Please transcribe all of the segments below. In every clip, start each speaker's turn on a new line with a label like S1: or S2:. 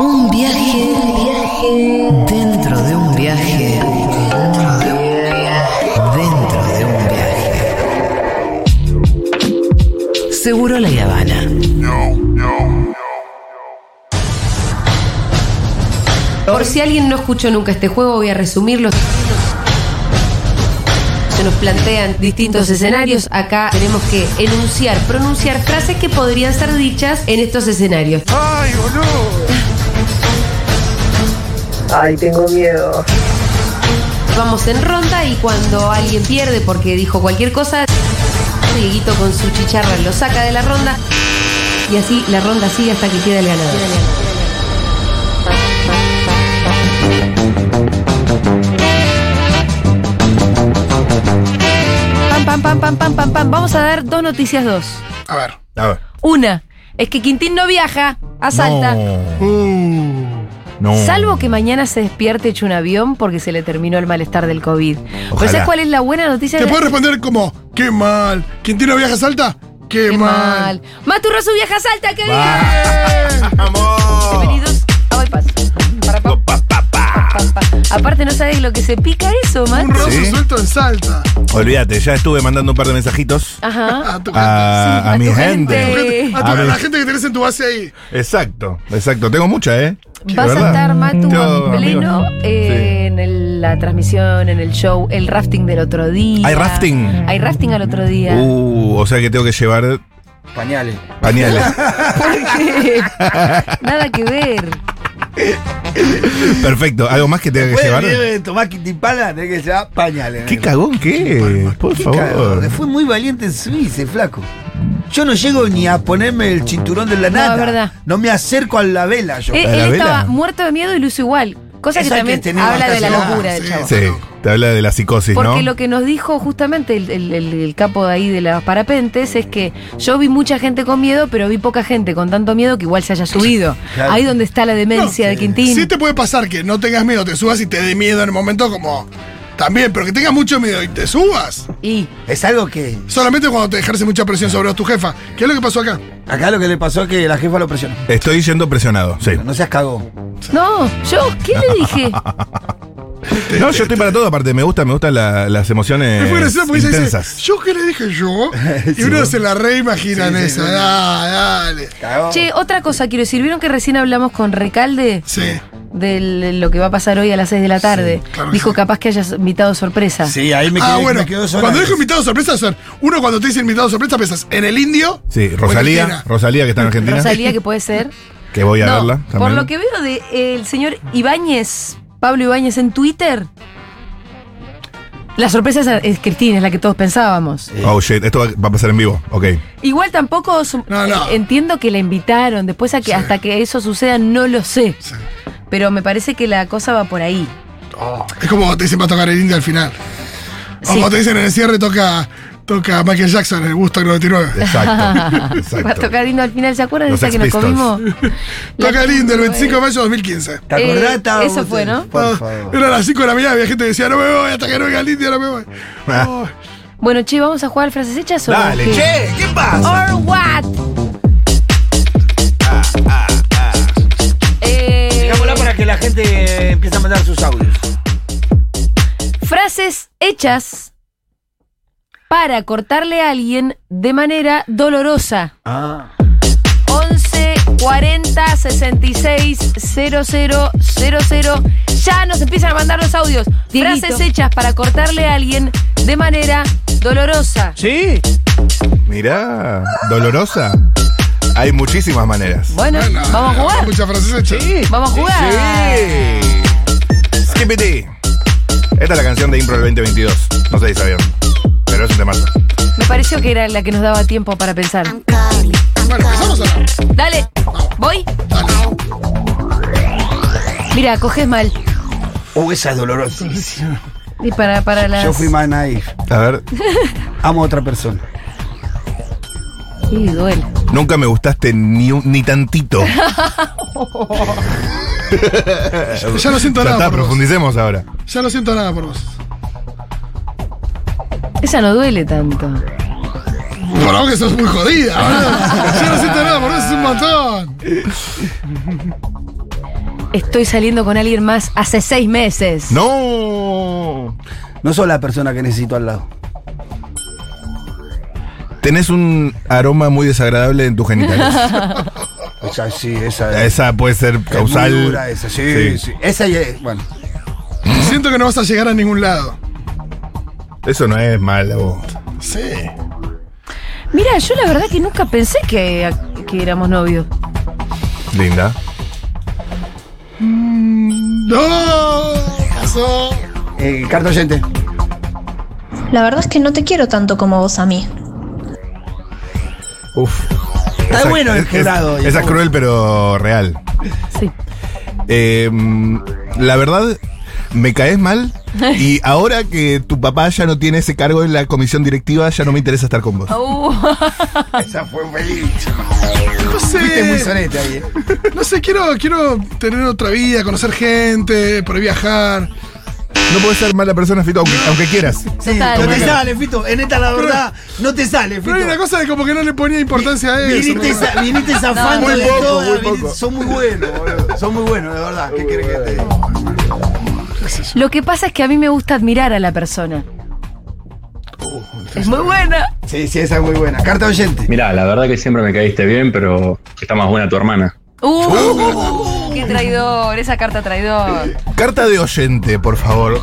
S1: Un viaje, viaje dentro de un viaje, dentro de un viaje, dentro de un viaje. Seguro la Habana.
S2: Por si alguien no escuchó nunca este juego, voy a resumirlo. Se nos plantean distintos escenarios. Acá tenemos que enunciar, pronunciar frases que podrían ser dichas en estos escenarios.
S3: ¡Ay, boludo!
S4: Ay, tengo miedo.
S2: Vamos en ronda y cuando alguien pierde porque dijo cualquier cosa, Dieguito con su chicharra lo saca de la ronda y así la ronda sigue hasta que queda el ganador. Pam, pam, pam, pam, pam, pam, pam. Vamos a dar dos noticias, dos.
S3: A ver.
S5: A ver.
S2: Una, es que Quintín no viaja a Salta. Uh.
S5: No.
S3: Mm.
S5: no.
S2: Salvo que mañana se despierte hecho un avión porque se le terminó el malestar del COVID. Pero
S5: Ojalá.
S2: ¿sabes cuál es la buena noticia?
S3: Te puedo responder como, qué mal. ¿Quintino viaja a Salta? Qué,
S2: ¡Qué mal!
S3: mal.
S2: ¡Maturroso viaja a Salta! ¡Qué bien!
S5: ¡Vamos!
S2: Bienvenidos a Bypass. Para, pa, pa, pa. Aparte, no sabes lo que se pica eso, man.
S3: Un roso
S5: Sí.
S3: suelto en Salta.
S5: Olvídate, ya estuve mandando un par de mensajitos
S2: Ajá.
S5: Ah,
S3: A tu
S5: a,
S2: Sí,
S5: a
S2: a
S5: mi
S2: tu
S5: gente.
S2: gente.
S3: gente. A, tu-
S5: A
S3: a
S5: ver.
S3: la gente que tenés en tu base ahí.
S5: Exacto, exacto. Tengo mucha, ¿eh?
S2: Vas
S5: ¿Verdad?
S2: a estar, Matu,
S5: Yo,
S2: en pleno
S5: amigo.
S2: eh, en el- la transmisión, en el show, el rafting del otro día.
S5: ¿Hay rafting?
S2: Hay rafting al otro día.
S5: Uh, o sea que tengo que llevar
S6: Pañales.
S5: pañales.
S2: Nada que ver.
S5: Perfecto. ¿Algo más que tenga que llevar?
S6: Después tomar quintipala, tenés que llevar pañales. ¿eh?
S5: ¿Qué cagón qué? Por
S6: Qué
S5: favor.
S6: cagón, Fue muy valiente en Suiza, flaco. Yo no llego ni a ponerme el cinturón de la nata.
S2: es verdad.
S6: No me acerco a la vela yo.
S2: Eh,
S5: ¿la
S2: él
S5: vela?
S2: estaba muerto de miedo y lo hizo igual. Cosa
S6: Eso
S2: que
S6: hay
S2: también
S6: que tener
S2: habla de la
S6: bastante
S2: locura
S3: edad,
S2: del
S3: sí.
S2: chavo.
S5: Sí, te habla de la psicosis,
S2: Porque
S5: ¿no?
S2: lo que nos dijo justamente el, el- el- el capo de ahí de las parapentes es que yo vi mucha gente con miedo, pero vi poca gente con tanto miedo que igual se haya subido.
S6: Claro.
S2: Ahí donde está la demencia
S3: No,
S2: de Quintín.
S3: Sí te puede pasar que no tengas miedo, te subas y te dé miedo en el momento como... También, pero que tengas mucho miedo y te subas.
S2: Y
S6: Es algo que.
S3: Solamente cuando te ejerce mucha presión sobre vos tu jefa. ¿Qué es lo que pasó acá?
S6: Acá lo que le pasó es que la jefa lo presionó.
S5: Estoy yendo presionado, sí.
S6: No seas cagón.
S2: no, yo, ¿qué le dije?
S5: No, yo estoy para todo, aparte me gusta, me gustan la- las emociones
S3: Es muy gracioso porque ella
S5: intensas.
S3: dice, ¿yo qué le dije yo?
S6: Sí,
S3: Y uno
S6: ¿no?
S3: se la reimagina en
S6: Sí, sí,
S3: esa.
S6: sí.
S3: Ah, dale.
S6: Cagón.
S2: Che, otra cosa quiero decir. ¿Vieron que recién hablamos con Recalde
S3: Sí.
S2: de lo que va a pasar hoy a las 6 de la tarde?
S3: claro que
S2: Dijo
S3: sí.
S2: capaz que hayas invitado sorpresa.
S6: Sí, ahí me quedé,
S3: ah, bueno,
S6: me quedó solo.
S3: cuando dijo invitado sorpresa, son- uno cuando te dice invitado sorpresa, pensás en el indio.
S5: Sí,
S3: o en
S5: Rosalía,
S3: Cristina.
S5: Rosalía que está en Argentina,
S2: Rosalía, que puede ser.
S5: que voy a
S2: No,
S5: verla también.
S2: por lo que veo del señor Ibáñez, Pablo Ibáñez en Twitter, la sorpresa es, es Cristina, es la que todos pensábamos.
S5: Oh shit, esto va, va a pasar en vivo, ok.
S2: Igual tampoco su-
S3: No, no.
S2: eh, entiendo que la invitaron, después a que, hasta que eso suceda no lo sé,
S3: Sí.
S2: pero me parece que la cosa va por ahí.
S3: Oh, Es como te dicen para tocar el indio al final. O
S2: Sí.
S3: cuando te dicen en el cierre toca, toca Michael Jackson en el Gusto 99.
S5: Exacto,
S2: Va
S5: exacto.
S2: tocando al final, ¿se acuerdan de
S5: Los
S2: esa que nos
S5: Sex
S2: comimos?
S5: Pistols.
S2: La-
S3: Toca el indio el 25 de mayo de 2015.
S6: ¿Te acordás?
S2: Eh,
S6: Estaba
S2: eso
S6: vos-
S2: fue, ¿no?
S3: Ah,
S6: Por favor.
S3: Era a las 5 de la mañana, había gente que decía, no me voy, hasta que no venga el indio, no me voy.
S6: Ah.
S3: Oh,
S2: Bueno, che, ¿vamos a jugar frases hechas o
S5: Dale,
S2: qué?
S5: che, ¿qué pasa?
S2: Or what?
S5: Ah,
S2: Eh,
S6: Digámosla para que la gente eh, empiece a mandar sus audios.
S2: Frases hechas para cortarle a alguien de manera dolorosa.
S6: Ah.
S2: 11 40 66 00 00. Ya nos empiezan a mandar los audios.
S7: Dieguito.
S2: Frases hechas para cortarle a alguien de manera dolorosa.
S6: ¿Sí?
S5: Mirá, dolorosa. Hay muchísimas maneras.
S2: Bueno,
S3: bueno,
S2: vamos a jugar.
S3: Muchas frases hechas.
S2: Vamos a jugar.
S5: Sí. Skippity. Esta es la canción de Impro del 2022. No sé si sabían, pero es un temazo.
S2: Me pareció que era la que nos daba tiempo para pensar.
S3: Bueno, empezamos ahora.
S2: Dale, voy. Mira, coges mal.
S6: Oh, esa es dolorosa.
S2: Y para, para las.
S6: Yo fui más naif.
S5: A ver,
S6: Amo a otra persona.
S2: Sí, duele.
S5: nunca me gustaste ni, un- ni tantito.
S3: Ya no siento
S5: Ya
S3: nada
S5: está,
S3: por vos.
S5: profundicemos ahora.
S3: Ya no siento nada por vos.
S2: Esa no duele tanto.
S3: Por vos que sos muy
S6: Ah.
S3: jodida, boludo. Ya no siento nada por vos, es un montón.
S7: Estoy saliendo con alguien más hace seis meses.
S5: ¡No!
S6: No sos la persona que necesito al lado.
S5: Tenés un aroma muy desagradable en tus genitales.
S6: Esa Pues sí, esa es.
S5: Esa puede ser
S6: es muy
S5: causal.
S6: dura esa, sí, sí. Esa y es, bueno.
S3: Siento que no vas a llegar a ningún lado.
S5: Eso no es malo.
S3: Sí.
S7: Mira, yo la verdad que nunca pensé que, que éramos novios.
S5: Linda.
S3: ¡No! Casó.
S6: Eh, carta oyente.
S8: La verdad es que no te quiero tanto como vos a mí.
S5: Uf.
S6: Está bueno el jurado.
S5: es- Esa es cruel pero real.
S7: Sí.
S5: Eh, la verdad, me caes mal. Y ahora que tu papá ya no tiene ese cargo en la comisión directiva, ya no me interesa estar con vos.
S6: Oh.
S2: Uh.
S6: Esa fue feliz.
S3: No
S6: Fuiste muy
S3: sé.
S6: sonete ahí. eh.
S3: No sé, quiero, quiero tener otra vida, conocer gente, por ahí viajar.
S5: No puedes ser mala persona, Fito, aunque, aunque quieras.
S6: Sí,
S7: Total.
S6: no te sale, Fito. En esta la verdad, no te sale, Fito.
S3: Pero hay una cosa de como que no le ponía importancia a eso.
S6: Viniste,
S3: ¿no?
S6: sa- viniste zafando
S5: Muy
S6: de
S5: poco,
S6: todas,
S5: muy
S6: viniste-
S5: poco.
S6: Son muy buenos, boludo. Son muy buenos, de verdad. ¿Qué querés que te diga?
S7: Lo que pasa es que a mí me gusta admirar a la persona. Es muy buena.
S6: Sí, sí, esa es muy buena. Carta oyente.
S9: Mirá, la verdad que siempre me caíste bien, pero está más buena tu hermana.
S2: Uh, ¡Qué traidor! Esa carta traidor.
S5: Carta de oyente, por favor.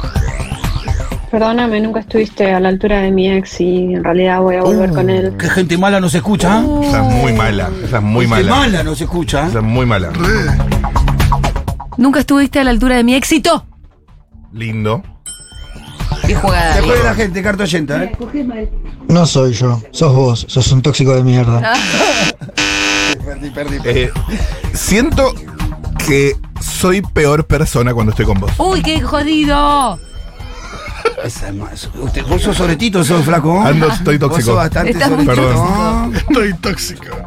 S10: Perdóname, nunca estuviste a la altura de mi ex y en realidad voy a volver con él.
S6: Qué gente mala nos escucha, ¿ah?
S5: Esa es muy mala. Esa es muy
S6: Qué
S5: mala.
S6: mala nos escucha,
S5: Esa
S6: ¿ah?
S5: es muy mala.
S7: Nunca estuviste a la altura de mi éxito.
S5: Lindo.
S2: Qué jugada.
S6: Se jode la gente, carta oyente, ¿eh?
S11: No soy yo, sos vos, sos un tóxico de mierda.
S6: Perdí, perdí. perdí.
S5: Eh, siento que soy peor persona cuando estoy con vos.
S2: ¡Uy, qué jodido!
S6: Esa es más. Usted, vos sos soretito, sos flaco. ¿no?
S5: Ando, estoy
S6: Ah, Vos
S5: tóxico.
S6: sos bastante
S2: Estás muy
S6: soretito.
S5: Perdón.
S3: Estoy tóxico.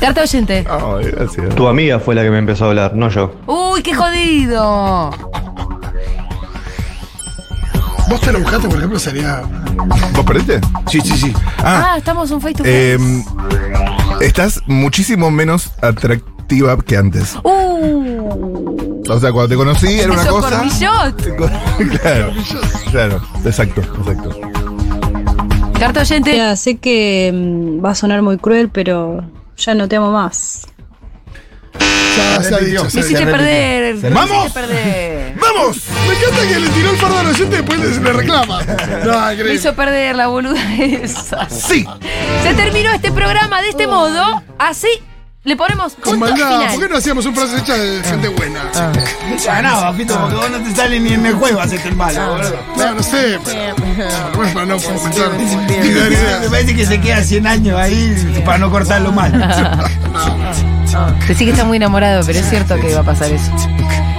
S7: Carta oyente.
S5: Ay, gracias.
S9: Tu amiga fue la que me empezó a hablar, no yo.
S2: ¡Uy, qué jodido!
S3: Vos te lo buscaste, por ejemplo, sería.
S5: ¿Vos perdiste?
S6: Sí, sí, sí.
S5: Ah,
S7: Ah, estamos un face to face.
S5: eh,
S6: Ah.
S5: estás muchísimo menos atractiva que antes.
S7: uh,
S5: O sea, cuando te conocí era una
S2: Eso
S5: cosa.
S2: cornillot.
S5: claro, claro, exacto, exacto.
S2: Carta oyente.
S10: Ya, sé que mm, va a sonar muy cruel, pero ya no te amo más.
S3: Ya se ha dicho.
S2: Me
S3: se ha dicho.
S2: hiciste perder. me
S5: ¡Vamos!
S2: hiciste perder.
S5: ¡Vamos!
S3: Me encanta que le tiró el fardo al oyente y después le, le reclama. No,
S2: Me
S3: increíble.
S2: hizo perder la boluda esa.
S5: ¡Sí!
S2: Se terminó este programa de este modo. Así le ponemos
S3: Con
S2: punto
S3: maldad. ¿Por qué
S2: final.
S3: no hacíamos un frase hecha de gente buena?
S6: Ya ganaba, Fito, porque vos no te sale ni en el juego hacerte el malo, boludo.
S3: No, no sé. pero- Bueno, para no comenzar. Ni dar
S6: Me
S3: ideas.
S6: parece que se queda 100 años ahí para no cortarlo mal.
S2: Decí que está muy enamorado, pero es cierto que iba a pasar eso.